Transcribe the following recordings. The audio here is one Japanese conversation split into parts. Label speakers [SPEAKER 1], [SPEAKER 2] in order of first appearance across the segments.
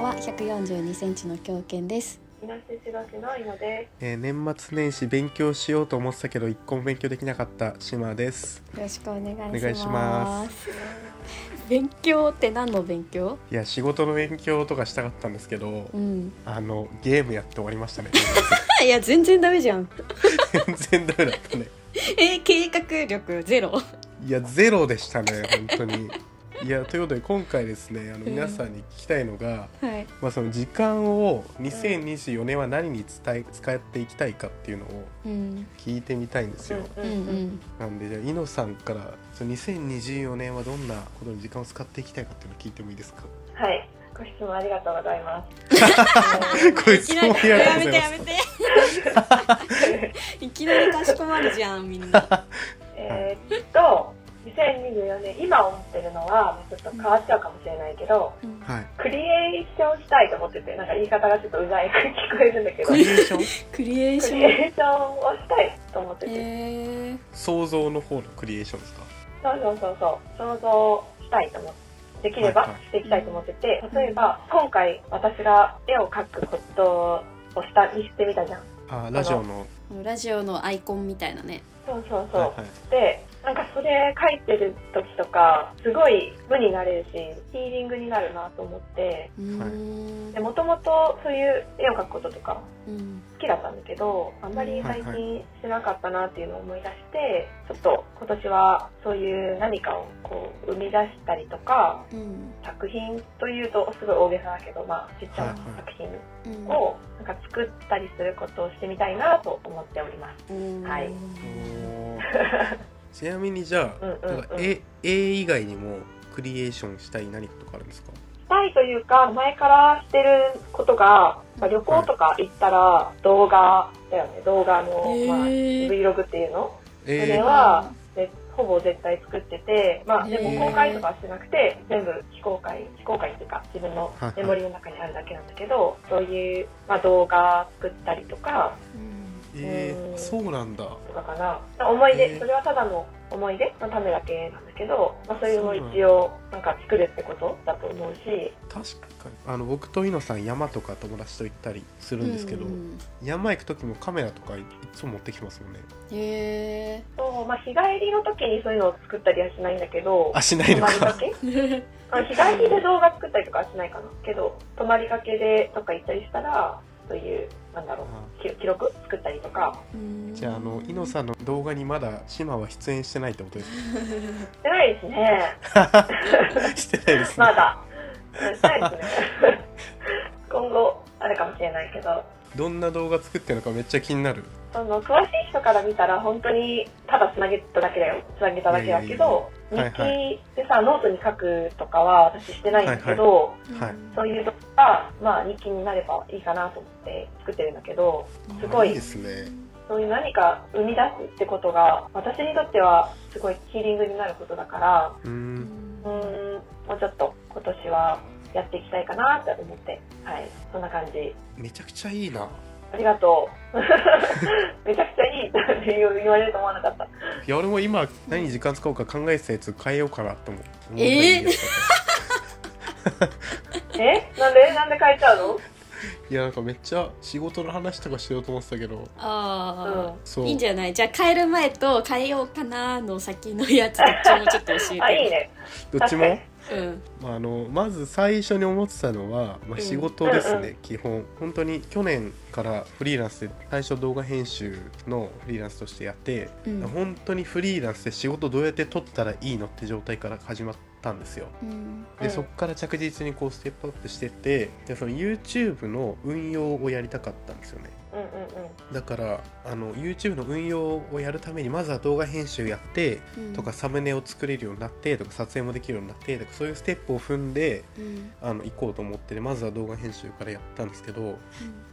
[SPEAKER 1] 142センチの狂犬です。
[SPEAKER 2] 東千葉市の今で
[SPEAKER 3] えー年末年始勉強しようと思ってたけど一個も勉強できなかった島です
[SPEAKER 1] よろしくお願
[SPEAKER 3] お願
[SPEAKER 1] い
[SPEAKER 3] い
[SPEAKER 1] し
[SPEAKER 3] し
[SPEAKER 1] ま。
[SPEAKER 3] ます
[SPEAKER 1] 勉強って何の勉強？
[SPEAKER 3] いや仕事の勉強とかしたかったんですけど
[SPEAKER 1] うん。
[SPEAKER 3] あのゲームやって終わりましたね
[SPEAKER 1] いや全然ダメじゃん。
[SPEAKER 3] 全然 ダメだったね
[SPEAKER 1] えー計画力ゼロ。
[SPEAKER 3] いやゼロでしたね本当にいやということで今回ですねあの
[SPEAKER 1] うん
[SPEAKER 3] 皆さんに聞きたいのが、
[SPEAKER 1] はい。
[SPEAKER 3] まあ、その時間を2024年は何に伝え使っていきたいかっていうのを
[SPEAKER 1] うん。
[SPEAKER 3] 聞いてみたいんです
[SPEAKER 2] す。
[SPEAKER 3] よ、
[SPEAKER 1] うんうん。
[SPEAKER 3] なんでじゃあイノさんからその2024年はどんなことに時間を使っていきたいかっていうのを聞いてもいいですか
[SPEAKER 2] はい、ご質問ありがとうございます。
[SPEAKER 3] これ質問ありがとうございます
[SPEAKER 1] て。 いきなりかしこまるじゃんみんな。
[SPEAKER 2] えーっと、2024年、今思ってるのは、ちょっと変わっちゃうかもしれないけど、
[SPEAKER 3] はい
[SPEAKER 2] クリエーションしたいと思ってて、なんか言い方がちょっとうざい聞こえるんだけど、ク
[SPEAKER 3] バリ
[SPEAKER 2] リ
[SPEAKER 3] エーション
[SPEAKER 1] クリエーション。
[SPEAKER 2] エーションをしたいと思ってて、
[SPEAKER 1] え
[SPEAKER 3] 想像の方のクリエーションですか
[SPEAKER 2] そうそうそうそう、想像したいと思って。できれ
[SPEAKER 3] はい
[SPEAKER 2] ば
[SPEAKER 3] はい
[SPEAKER 2] していきたいと思ってて、例えば今回私が絵を描くことをしたにしてみたじゃん。
[SPEAKER 3] あーラジオの
[SPEAKER 1] ー。ラジオのアイコンみたいなね。
[SPEAKER 2] そうそうそう。
[SPEAKER 3] はいはい
[SPEAKER 2] でなんかそれ書いてる時とかすごい無になれるしヒーリングになるなと思って
[SPEAKER 1] うーん。
[SPEAKER 2] でもともとそういう絵を描くこととか
[SPEAKER 1] うん。
[SPEAKER 2] 好きだったんだけどあんまり最
[SPEAKER 3] はい
[SPEAKER 2] 近してなかったなっていうのを思い出して、ちょっと今年はそういう何かをこう生み出したりとか
[SPEAKER 1] うん。
[SPEAKER 2] 作品というとすごい大げさだけどまあちっちゃな作品
[SPEAKER 1] うん。
[SPEAKER 2] をなんか作ったりすることをしてみたいなと思っております。
[SPEAKER 1] うん
[SPEAKER 2] はい
[SPEAKER 3] おーちなみにじゃあ、
[SPEAKER 2] うんうんうん
[SPEAKER 3] なんか絵絵以外にもクリエーションしたい何かとかあるんですか
[SPEAKER 2] したいというか前からしてることが、まあ、旅行とか行ったら動画だよね動画の、まあ、
[SPEAKER 1] へー
[SPEAKER 2] Vlog っていうのそ
[SPEAKER 3] え
[SPEAKER 2] れ
[SPEAKER 3] ー、
[SPEAKER 2] はでほぼ絶対作ってて、まあ、でも
[SPEAKER 1] へー
[SPEAKER 2] 公開とかはしてなくて全部非公開非公開っていうか自分の
[SPEAKER 3] はいはい
[SPEAKER 2] メモリの中にあるだけなんだけどそういう、まあ、動画作ったりとか
[SPEAKER 3] えー
[SPEAKER 2] うん
[SPEAKER 3] そうなんだ
[SPEAKER 2] とかかなまあ思い
[SPEAKER 3] へ
[SPEAKER 2] 出
[SPEAKER 3] ー
[SPEAKER 2] それはただの思い出のためだけなんだけど、まあ、そういうのを一応なんか作るってことだと思うし。
[SPEAKER 3] 確かにあの僕とイノさん山とか友達と行ったりするんですけど、
[SPEAKER 1] ううん
[SPEAKER 3] 山行く時もカメラとかいいつも持ってきてますもんね
[SPEAKER 1] へ
[SPEAKER 2] そう、まあ、日帰りの時にそういうのを作ったりはしないんだけど、
[SPEAKER 3] あしない
[SPEAKER 2] 泊
[SPEAKER 3] の
[SPEAKER 2] まり
[SPEAKER 3] か
[SPEAKER 2] がけ
[SPEAKER 1] え。
[SPEAKER 2] あ日帰りで動画作ったりとかはしないかな。けど、泊まりがけでとか行ったりしたら、そういう、なんだろ
[SPEAKER 3] あ
[SPEAKER 2] う、記記録作ったりとか。
[SPEAKER 3] じゃああのイノさんの動画にまだ島は出演してないってことですね
[SPEAKER 2] してないですね。
[SPEAKER 3] してないですね
[SPEAKER 2] まだ。してない ですね。今後、あるかもしれないけど。
[SPEAKER 3] どんな動画作ってるのかめっちゃ気になる
[SPEAKER 2] その詳しい人から見たら本当にただつなげただけだよつなげただけだけど
[SPEAKER 3] い
[SPEAKER 2] 日
[SPEAKER 3] やいやいやは
[SPEAKER 2] 記でさノートに書くとかは私してないんだけど、
[SPEAKER 3] はい
[SPEAKER 2] そういうとこが、まあ、日記になればいいかなと思って作ってるんだけど、すごい
[SPEAKER 3] あですね
[SPEAKER 2] そういう何か生み出すってことが、私にとってはすごいヒーリングになることだから、
[SPEAKER 3] うー
[SPEAKER 1] うんん
[SPEAKER 2] うーん、もうちょっと今年はやっていきたいかなって思って、はい、そんな感じ。
[SPEAKER 3] めちゃくちゃいいな
[SPEAKER 2] ありがとう。 めちゃくちゃいいって言われると思わなかった。
[SPEAKER 3] いや俺も今何に時間使おうか考えてたやつ変えようかなと思う
[SPEAKER 1] えー
[SPEAKER 3] 思ったんだけ
[SPEAKER 2] えなんでなんで変えちゃう
[SPEAKER 3] どいやなんかめっちゃ仕事の話とかしようと思ってたけど
[SPEAKER 1] あ
[SPEAKER 2] の
[SPEAKER 1] あ、
[SPEAKER 3] そう
[SPEAKER 1] いいんじゃないじゃあ変える前と変えようかなの先のやつどっちもちょっと教え
[SPEAKER 2] う
[SPEAKER 1] て
[SPEAKER 2] ん。あ、いいね。
[SPEAKER 3] どっ ちも、
[SPEAKER 1] うん
[SPEAKER 3] まあ、あのまず最初に思ってたのは、ま
[SPEAKER 1] ん
[SPEAKER 3] あ、仕事ですね、
[SPEAKER 2] うんう
[SPEAKER 3] 基本本当に去年からフリーランスで最初動画編集のフリーランスとしてやって
[SPEAKER 1] うん
[SPEAKER 3] 本当にフリーランスで仕事どうやって取ったらいいのって状態から始まったんですよ
[SPEAKER 1] うん
[SPEAKER 2] う
[SPEAKER 3] で、
[SPEAKER 2] ん
[SPEAKER 3] そこから着実にこうステップアップしてってでその YouTube の運用をやりたかったんですよね
[SPEAKER 2] うんう
[SPEAKER 3] だからあの YouTube の運用をやるためにまずは動画編集やって
[SPEAKER 1] うん
[SPEAKER 3] とかサムネを作れるようになってとか撮影もできるようになってとかそういうステップを踏んで
[SPEAKER 1] うん
[SPEAKER 3] あの行こうと思って、まずは動画編集からやったんですけど
[SPEAKER 1] うん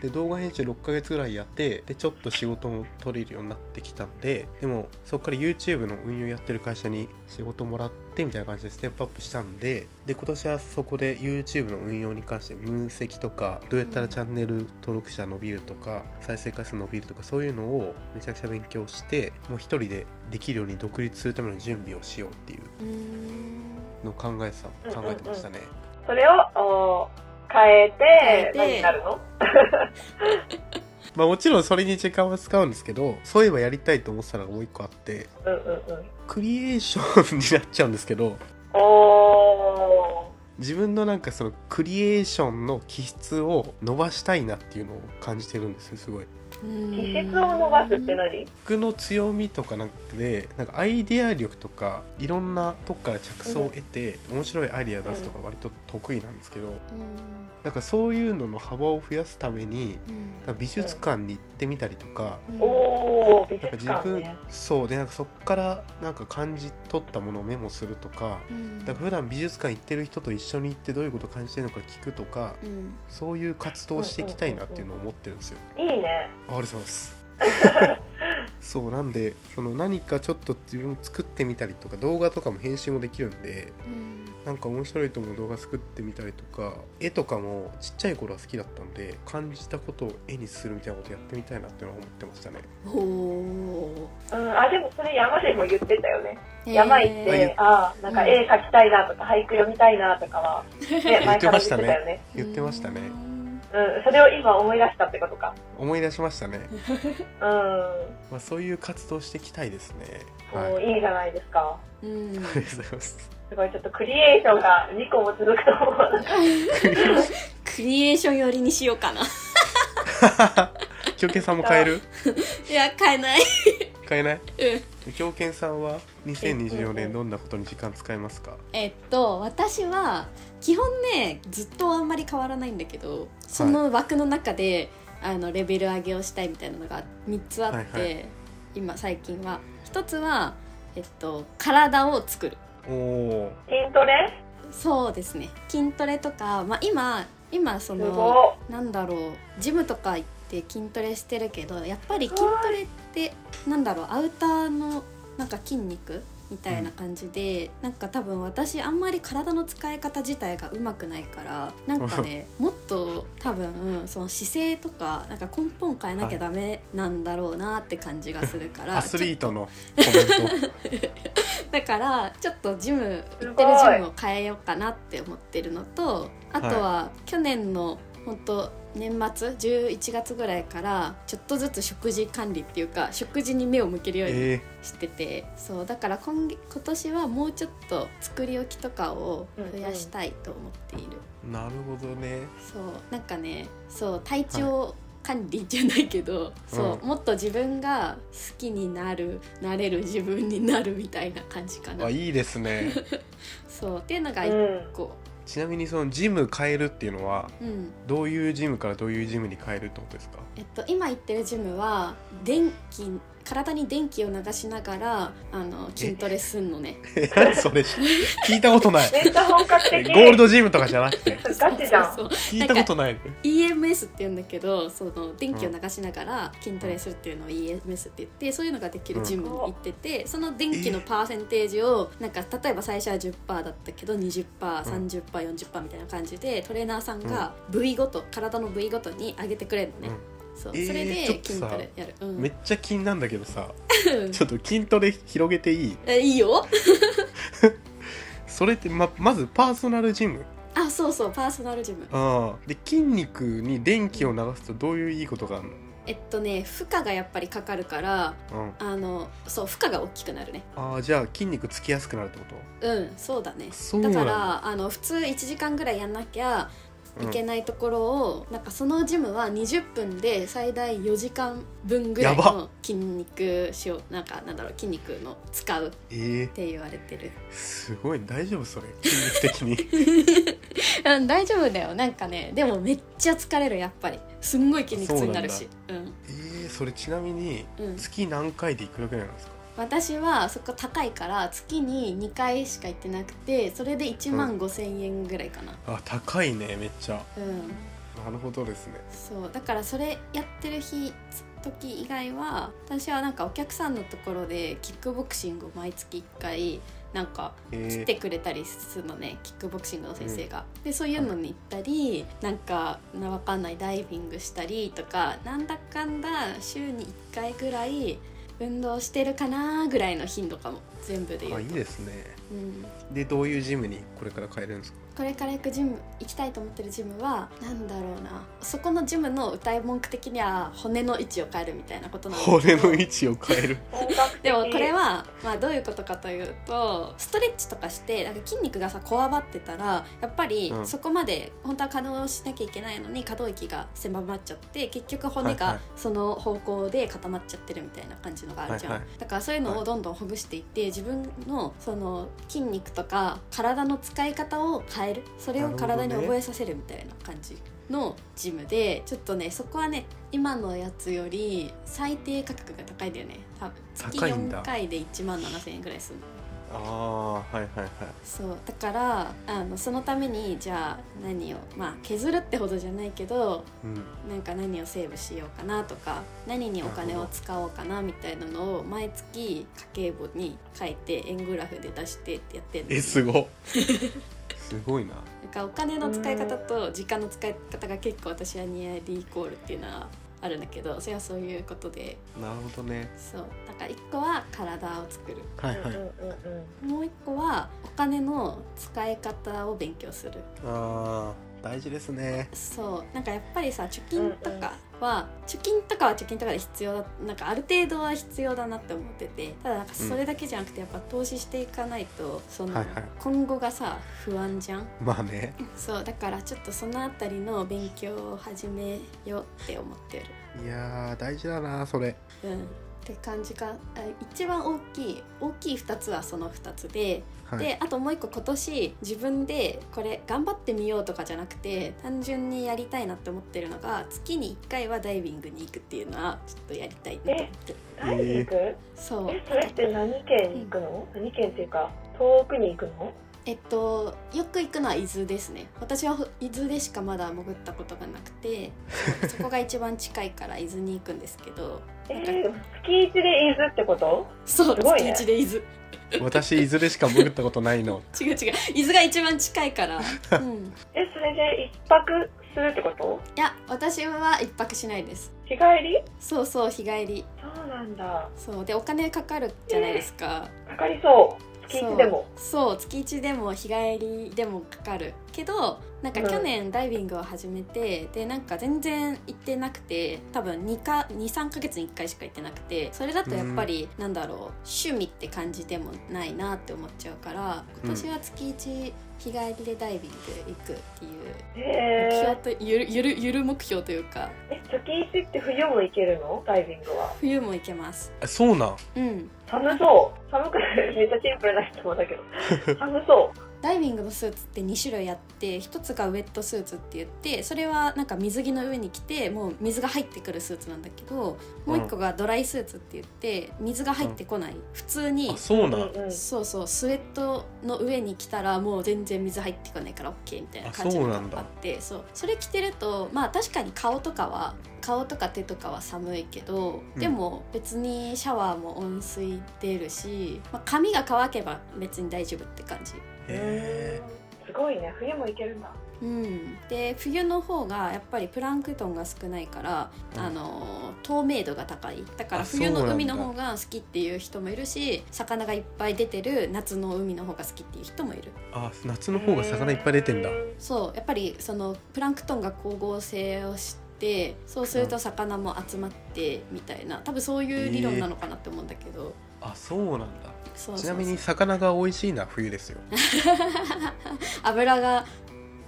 [SPEAKER 3] で動画編集6ヶ月ぐらいやってでちょっと仕事も取れるようになってきたんででもそこから YouTube の運用やってる会社に仕事もらってみたいな感じでステップアップしたんでで今年はそこで YouTube の運用に関して分析とかどうやったらチャンネル登録者伸びるとか再生回数伸びるとかそういうのをめちゃくちゃ勉強してもう一人でできるように独立するための準備をしようっていう
[SPEAKER 1] うん
[SPEAKER 3] のを考えてた考えてましたね。
[SPEAKER 2] ん。それを、お変えて
[SPEAKER 1] 変えて
[SPEAKER 2] 何になるの
[SPEAKER 3] まあもちろんそれに時間は使うんですけどそういえばやりたいと思ってたのがもう一個あって
[SPEAKER 2] うんうんうん
[SPEAKER 3] クリエーション になっちゃうんですけど
[SPEAKER 2] お
[SPEAKER 3] 自分のなんかそのクリエーションの気質を伸ばしたいなっていうのを感じてるんですよすごい
[SPEAKER 2] ー気質を伸ばすって何
[SPEAKER 3] 僕の強みとかなんかでなんかアイデア力とかいろんなとこから着想を得て面白いアイデア出すとか割と得意なんですけど
[SPEAKER 1] うん
[SPEAKER 3] なんかそういうのの幅を増やすために
[SPEAKER 1] うん
[SPEAKER 3] なんか美術館に行ってみたりとか
[SPEAKER 1] うん
[SPEAKER 2] おー美
[SPEAKER 3] なんか
[SPEAKER 2] 術
[SPEAKER 3] 自
[SPEAKER 2] 館
[SPEAKER 3] 分、
[SPEAKER 2] ね
[SPEAKER 3] そうでなんかそこからなんか感じ取ったものをメモするとか
[SPEAKER 1] うん
[SPEAKER 3] だから普段美術館行ってる人と一緒に行ってどういうことを感じてるのか聞くとか
[SPEAKER 1] うん
[SPEAKER 3] そういう活動をしていきたいなっていうのを思ってるんですよ。
[SPEAKER 2] いいね
[SPEAKER 3] あありがとうございます そうなんでその何かちょっと自分作ってみたりとか動画とかも編集もできるんで
[SPEAKER 1] うん
[SPEAKER 3] なんか面白いと思う動画作ってみたりとか絵とかもちっちゃい頃は好きだったんで感じたことを絵にするみたいなことやってみたいなっていうのは思ってましたね。
[SPEAKER 1] ほ
[SPEAKER 2] うん、あでもそれ山でも言ってたよね、
[SPEAKER 1] ー
[SPEAKER 2] 山行っ
[SPEAKER 1] え
[SPEAKER 2] てああなんか絵描きたいなとか俳句読みたいなとかは、ね、前から言ってたよね
[SPEAKER 1] ー
[SPEAKER 3] 言ってましたね
[SPEAKER 1] うん
[SPEAKER 2] うん、それを今思い出したってことか
[SPEAKER 3] 思い出しましたね。
[SPEAKER 2] うん、
[SPEAKER 3] まあ、そういう活動していきたいですね。はい。
[SPEAKER 2] もういいじゃないですか
[SPEAKER 1] うん
[SPEAKER 3] ありがとうございます。
[SPEAKER 2] すごいちょっとクリエーションが2個も続くと思う
[SPEAKER 1] クリエーション寄りにしようかな
[SPEAKER 3] 狂犬さんも買える
[SPEAKER 1] いや買えない
[SPEAKER 3] 買えない
[SPEAKER 1] うん
[SPEAKER 3] 狂犬さんは2024年どんなことに時間使いますか
[SPEAKER 1] えっと私は基本ねずっとあんまり変わらないんだけどその枠の中で、あのレベル上げをしたいみたいなのが3つあって、
[SPEAKER 3] はい
[SPEAKER 1] 今最近は1つは、えっと、体を作る
[SPEAKER 3] おお
[SPEAKER 2] 筋トレ
[SPEAKER 1] そうですね筋トレとか、まあ、今今そ
[SPEAKER 2] す
[SPEAKER 1] の
[SPEAKER 2] ご
[SPEAKER 1] なんだろうジムとか行って筋トレしてるけどやっぱり筋トレってなんだろうアウターのなんか筋肉みたいな感じで、なんか多分私あんまり体の使い方自体がうまくないからなんかねもっと多分その姿勢とかなんか根本変えなきゃダメなんだろうなって感じがするから
[SPEAKER 3] アスリートのコ メント
[SPEAKER 1] だからちょっとジム
[SPEAKER 2] すご
[SPEAKER 1] 行
[SPEAKER 2] い
[SPEAKER 1] ってるジムを変えようかなって思ってるのとあとは去年の本当年末11月ぐらいからちょっとずつ食事管理っていうか食事に目を向けるように
[SPEAKER 3] え
[SPEAKER 1] してて、そうだから今月今年はもうちょっと作り置きとかを増やしたいと思っている、
[SPEAKER 3] ー、なるほどね
[SPEAKER 1] そうなんかねそう体調管理じゃないけど、そう、もっと自分が好きになるなれる自分になるみたいな感じかな
[SPEAKER 3] あいいですね
[SPEAKER 1] そうっていうのが
[SPEAKER 2] い、う
[SPEAKER 1] 1
[SPEAKER 2] ん、
[SPEAKER 1] 個、
[SPEAKER 3] ちなみにそのジム変えるっていうのは
[SPEAKER 1] うん
[SPEAKER 3] どういうジムからどういうジムに変えるってことですか
[SPEAKER 1] えっと、今行ってるジムは電気体に電気を流しながらあの筋トレすんのね
[SPEAKER 3] え何 それ聞いたことない
[SPEAKER 2] めっちゃ本格
[SPEAKER 3] え
[SPEAKER 2] 的
[SPEAKER 3] ゴールドジムとかじゃなくて
[SPEAKER 2] ガチじゃん
[SPEAKER 1] そうそう
[SPEAKER 3] 聞いたことない
[SPEAKER 1] EMS って言うんだけどその電気を流しながら筋トレするっていうのを EMS って言ってそういうのができるジムに行ってて、その電気のパーセンテージをなんか例えば最初は10%だったけど 20%30%40% みたいな感じでトレーナーさんが部位ごと体の部位ごとに上げてくれるのね、そう
[SPEAKER 3] えー
[SPEAKER 1] それ
[SPEAKER 3] ちょ
[SPEAKER 1] で
[SPEAKER 3] っと
[SPEAKER 1] 筋
[SPEAKER 3] さ
[SPEAKER 1] トレやる、うん
[SPEAKER 3] めっちゃ気になんだけどさ
[SPEAKER 1] うん
[SPEAKER 3] ちょっと筋トレ広げていい
[SPEAKER 1] えいいよ
[SPEAKER 3] それってままずパーソナルジム
[SPEAKER 1] あそうそうパーソナルジム
[SPEAKER 3] ああで筋肉に電気を流すとどういういいことがあるの、
[SPEAKER 1] えっとね負荷がやっぱりかかるから
[SPEAKER 3] うん、
[SPEAKER 1] あのそう負荷が大きくなるね
[SPEAKER 3] ああじゃあ筋肉つきやすくなるってこ
[SPEAKER 1] うんそうだね
[SPEAKER 3] とそうな
[SPEAKER 1] だ
[SPEAKER 3] んだ
[SPEAKER 1] からあの普通1時間ぐらいやんなきゃいけないところを、なんかそのジムは20分で最大4時間分ぐらい
[SPEAKER 3] や
[SPEAKER 1] の筋肉しようなんかなんだろう筋肉の使うっ
[SPEAKER 3] うんええ
[SPEAKER 1] て言われてる
[SPEAKER 3] すごい大丈夫それ筋肉的 に
[SPEAKER 1] うん大丈夫だよなんかねでもめっちゃ疲れるやっぱりすんごい筋肉痛になるしうん
[SPEAKER 3] ええそれちなみに
[SPEAKER 1] うん
[SPEAKER 3] 月何回でいくらぐらいなんですか
[SPEAKER 1] 私はそこ高いから月に2回しか行ってなくてそれで1万5,000円ぐらいかな
[SPEAKER 3] あ高いねめっちゃ
[SPEAKER 1] うん、
[SPEAKER 3] なるほどですね
[SPEAKER 1] そうだからそれやってる日時以外は私はなんかお客さんのところでキックボクシングを毎月1回なんか来
[SPEAKER 3] え
[SPEAKER 1] て
[SPEAKER 3] え
[SPEAKER 1] くれたりするのね、キックボクシングの先生が。でそういうのに行ったりなんかなわかんないダイビングしたりとかなんだかんだ週に1回ぐらい運動してるかなぐらいの頻度かも全部で言
[SPEAKER 3] あ
[SPEAKER 1] う
[SPEAKER 3] いい
[SPEAKER 1] と、
[SPEAKER 3] ですね
[SPEAKER 1] うん、
[SPEAKER 3] でどういうジムにこれから帰るんですか
[SPEAKER 1] これから行くジム行きたいと思ってるジムはなんだろうなそこのジムの歌い文句的には骨の位置を変えるみたいなことなんですけ
[SPEAKER 3] 骨
[SPEAKER 1] ど
[SPEAKER 3] の位置を変える
[SPEAKER 2] 本格的
[SPEAKER 1] でもこれは、まあ、どういうことかというとストレッチとかしてなんか筋肉がさこわばってたらやっぱり
[SPEAKER 3] うん
[SPEAKER 1] そこまで本当は可能しなきゃいけないのに可動域が狭まっちゃって結局骨
[SPEAKER 3] はいは
[SPEAKER 1] が
[SPEAKER 3] い
[SPEAKER 1] その方向で固まっちゃってるみたいな感じのがあるじゃん、
[SPEAKER 3] はいは
[SPEAKER 1] だからそういうの
[SPEAKER 3] は
[SPEAKER 1] を
[SPEAKER 3] い
[SPEAKER 1] どんどんほぐしていって自分のその筋肉とか体の使い方を変えるそれを体に
[SPEAKER 3] なるほど
[SPEAKER 1] 覚
[SPEAKER 3] ね
[SPEAKER 1] えさせるみたいな感じのジムでちょっとねそこはね今のやつより最低価格が高いんだよね多分月
[SPEAKER 3] 高いんだ
[SPEAKER 1] 4回で1万7000円ぐらいするの
[SPEAKER 3] ああはいはいはい
[SPEAKER 1] そうだからあのそのためにじゃあ何をまあ削るってほどじゃないけど
[SPEAKER 3] うん
[SPEAKER 1] なんか何をセーブしようかなとか何にお金を使おうかなみたいなのを毎月家計簿に書いて円グラフで出してってやってる
[SPEAKER 3] えすご っすごいな
[SPEAKER 1] なんかお金の使い方と時間の使い方が結構私はニアリーイコールっていうのはあるんだけどそれはそういうことで
[SPEAKER 3] なるほどね
[SPEAKER 1] そうだから1個は体を作る
[SPEAKER 3] はいは
[SPEAKER 2] うん
[SPEAKER 3] い
[SPEAKER 2] うんうんうん
[SPEAKER 1] もう1個はお金の使い方を勉強する
[SPEAKER 3] あー大事ですね
[SPEAKER 1] そうなんかやっぱりさ貯金とかは、貯金とかは貯金とかで必要だなんかある程度は必要だなって思っててただなんかそれだけじゃなくてやっぱ投資していかないとその、
[SPEAKER 3] はいはい
[SPEAKER 1] 今後がさ不安じゃん
[SPEAKER 3] まあね
[SPEAKER 1] そうだからちょっとそのあたりの勉強を始めようって思って
[SPEAKER 3] いやー大事だなそれ
[SPEAKER 1] るうんって感じかあ一番大きい大きい2つはその2つで
[SPEAKER 3] はい
[SPEAKER 1] であともう一個今年自分でこれ頑張ってみようとかじゃなくて単純にやりたいなって思ってるのが月に1回はダイビングに行くっていうのはちょっとやりたいなと思ってる
[SPEAKER 2] ダイビング
[SPEAKER 1] そう
[SPEAKER 2] えそれって何県に行くの何県っていうか遠くに行くの
[SPEAKER 1] えっとよく行くのは伊豆ですね私はほ伊豆でしかまだ潜ったことがなく てそうそこが一番近いから伊豆に行くんですけど
[SPEAKER 2] え
[SPEAKER 1] なんか
[SPEAKER 2] ー、月一で伊豆ってこと
[SPEAKER 1] そう、
[SPEAKER 2] すごい
[SPEAKER 1] 月
[SPEAKER 2] ね
[SPEAKER 1] 一で伊豆
[SPEAKER 3] 私いずれしか潜ったことないの
[SPEAKER 1] 違う違う伊豆が一番近い から、うん、
[SPEAKER 2] えそれで一泊するってこと
[SPEAKER 1] いや私は一泊しないです
[SPEAKER 2] 日帰り
[SPEAKER 1] そうそう日帰り
[SPEAKER 2] そうなんだ
[SPEAKER 1] そうでお金かかるじゃないですか、
[SPEAKER 2] かかりそう月一でも
[SPEAKER 1] そうそう月1でも日帰りでもかかるけどなんか
[SPEAKER 2] うん
[SPEAKER 1] 去年ダイビングを始めて、でなんか全然行ってなくて多分2か23ヶ月に1回しか行ってなくてそれだとやっぱり、なんだろう趣味って感じでもないなって思っちゃうから今年は月1日帰りでダイビング行くっていう
[SPEAKER 2] へ
[SPEAKER 1] 目標
[SPEAKER 2] え
[SPEAKER 1] と、ゆるゆるゆる目標というか
[SPEAKER 2] え月一って冬も行けるのダイビングは
[SPEAKER 1] 冬も行けます
[SPEAKER 3] あそうなん
[SPEAKER 1] うん
[SPEAKER 2] 寒そう寒くない めっちゃシンプルな質問だけど寒そう
[SPEAKER 1] ダイビングのスーツって2種類あって1つがウェットスーツって言ってそれはなんか水着の上に着てもう水が入ってくるスーツなんだけどもう1個がドライスーツって言って水が入ってこない普通に
[SPEAKER 3] あそう
[SPEAKER 2] う
[SPEAKER 3] なんん、
[SPEAKER 2] うん
[SPEAKER 1] そうそうスウェットの上に着たらもう全然水入ってこないから OK みたいな感じの
[SPEAKER 3] あ
[SPEAKER 1] が
[SPEAKER 3] そう
[SPEAKER 1] あ
[SPEAKER 3] なんだ
[SPEAKER 1] ってそうそれ着てるとまあ確かに顔とかは顔とか手とかは寒いけど、
[SPEAKER 3] うん
[SPEAKER 1] でも別にシャワーも温水出るし、まあ、髪が乾けば別に大丈夫って感じ。
[SPEAKER 3] へ
[SPEAKER 2] すごいね冬も行けるんだ
[SPEAKER 1] うん、で冬の方がやっぱりプランクトンが少ないから、
[SPEAKER 3] うん
[SPEAKER 1] あの透明度が高いだから
[SPEAKER 3] あそう
[SPEAKER 1] 冬
[SPEAKER 3] なんだ
[SPEAKER 1] の海の方が好きっていう人もいるし魚がいっぱい出てる夏の海の方が好きっていう人もいる
[SPEAKER 3] ーあ夏の方が魚いっぱい出てんだ
[SPEAKER 1] そうやっぱりそのプランクトンが光合成をしてそうすると魚も集まってみたいな多分そういう理論なのかなって思うんだけど、
[SPEAKER 3] あそうなんだ
[SPEAKER 1] そうそうそう
[SPEAKER 3] ちなみに魚が美味しいのは冬ですよ
[SPEAKER 1] 油が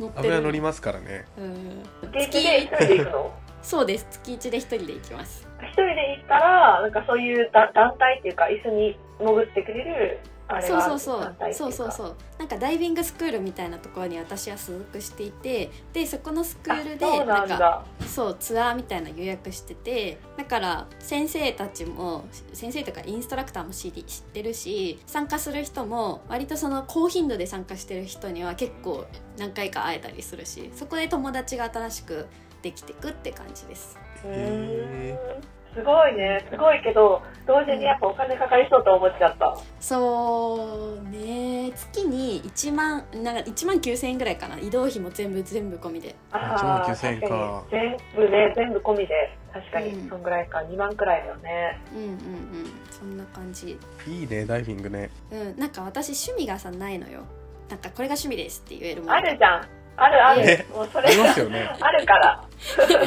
[SPEAKER 1] 乗ってる
[SPEAKER 3] 油乗りますからね
[SPEAKER 1] うん、
[SPEAKER 2] 月
[SPEAKER 1] 月
[SPEAKER 2] 一で一人で行くの
[SPEAKER 1] そうです月1で1人で行きます
[SPEAKER 2] 一人で行ったらなんかそういうだ団体っていうか一緒に潜ってくれるあれ
[SPEAKER 1] そう
[SPEAKER 2] が
[SPEAKER 1] そうそう
[SPEAKER 2] 団体ってい
[SPEAKER 1] そうう
[SPEAKER 2] か
[SPEAKER 1] そうそうなんかダイビングスクールみたいなところに私は所属していてでそこのスクールで
[SPEAKER 2] あそうなん
[SPEAKER 1] か
[SPEAKER 2] だ
[SPEAKER 1] そうツアーみたいな予約しててだから先生たちも先生とかインストラクターも知り知ってるし参加する人も割とその高頻度で参加してる人には結構何回か会えたりするしそこで友達が新しくできてくって感じです
[SPEAKER 2] う
[SPEAKER 3] へ
[SPEAKER 2] ーんすごいねすごいけど同時にやっぱお金かかりそうと思っちゃった
[SPEAKER 1] そうね月に1万なんか1万9,000円ぐらいかな移動費も全部全部込みで
[SPEAKER 3] あ1万9000円か
[SPEAKER 2] 確に全部ね全部込みで確確かに、
[SPEAKER 1] うん
[SPEAKER 2] そんぐらいか2万くらいだよね
[SPEAKER 1] うんうんうんそんな感じ
[SPEAKER 3] いいねダイビングね
[SPEAKER 1] うんなんか私趣味がさないのよなんかこれが趣味ですって言えるもん
[SPEAKER 2] あるじゃんあるある、
[SPEAKER 3] ね
[SPEAKER 2] もうそ
[SPEAKER 3] あ
[SPEAKER 2] れ
[SPEAKER 3] り
[SPEAKER 2] が
[SPEAKER 3] ますよ ね
[SPEAKER 2] あるから、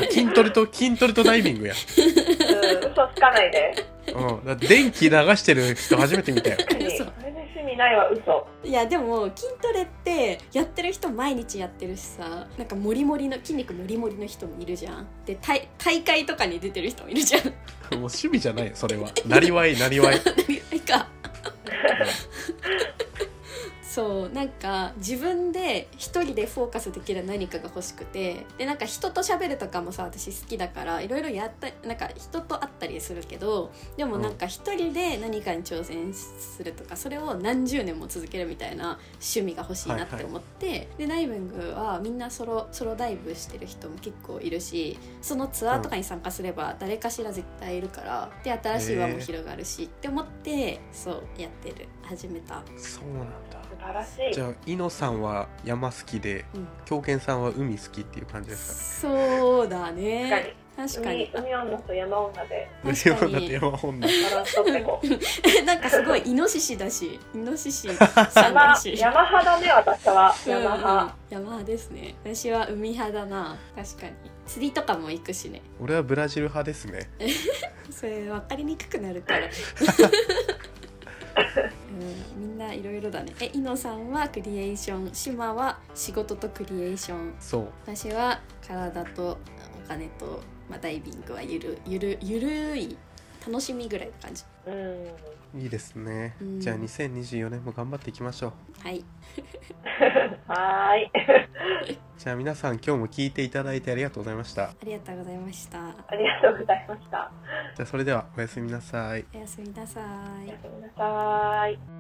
[SPEAKER 3] 筋トレと筋トレとダイビングや、
[SPEAKER 2] うん、嘘つかないで
[SPEAKER 3] うん、だって電気流してる人初めて見たよ
[SPEAKER 2] 確かに
[SPEAKER 1] 嘘
[SPEAKER 2] それで趣味ないは嘘
[SPEAKER 1] いやでも筋トレってやってる人毎日やってるしさなんかモリモリの筋肉モリモリの人もいるじゃんで大大会とかに出てる人もいるじゃん
[SPEAKER 3] もう趣味じゃないよそれはなりわいなりわい、うん
[SPEAKER 1] なんかそうなんか自分で一人でフォーカスできる何かが欲しくてでなんか人と喋るとかもさ私好きだからいろいろやったなんか人と会ったりするけどでもなんか一人で何かに挑戦するとかそれを何十年も続けるみたいな趣味が欲しいなって思って、でダイビングはみんなソロソロダイブしてる人も結構いるしそのツアーとかに参加すれば誰かしら絶対いるからで新しい輪も広がるし、って思ってそうやってる始めた。
[SPEAKER 3] そうなんだ
[SPEAKER 2] 素晴らしい
[SPEAKER 3] じゃあイノさんは山好きで
[SPEAKER 1] うん
[SPEAKER 3] 狂犬さんは海好きっていう感じですかね
[SPEAKER 1] そうだね。確
[SPEAKER 2] 確
[SPEAKER 1] か
[SPEAKER 2] か
[SPEAKER 1] に
[SPEAKER 2] に。海海女と山女で
[SPEAKER 1] 確かに
[SPEAKER 3] だって山女
[SPEAKER 2] バランス取ってこう
[SPEAKER 1] あなんかすごいイノシシだし、イノシシさんだ
[SPEAKER 2] 山
[SPEAKER 1] し。
[SPEAKER 2] 山派だね私は
[SPEAKER 1] うん
[SPEAKER 2] 山
[SPEAKER 1] うん
[SPEAKER 2] 派、
[SPEAKER 1] 山派ですね。私は海派だな。確かに。釣りとかも行くしね。
[SPEAKER 3] 俺はブラジル派ですね
[SPEAKER 1] それ分かりにくくなるから。 うん、みんないろいろだね。え、イノさんはクリエーション、シマは仕事とクリエーション、
[SPEAKER 3] そう
[SPEAKER 1] 私は体とお金と、まあ、ダイビングはゆるゆるゆるい楽しみぐらいの感じ。
[SPEAKER 2] うん
[SPEAKER 3] いいですね、
[SPEAKER 1] うん
[SPEAKER 3] じゃあ2024年も頑張っていきましょう
[SPEAKER 1] はい。
[SPEAKER 2] はーい
[SPEAKER 3] じゃあ皆さん今日も聞いていただいてありがとうございました
[SPEAKER 1] ありがとうございました。
[SPEAKER 2] ありがとうございました
[SPEAKER 3] じゃあそれではおやすみなさい
[SPEAKER 1] おやすみなさ
[SPEAKER 2] お
[SPEAKER 1] い
[SPEAKER 2] や。すみなさーい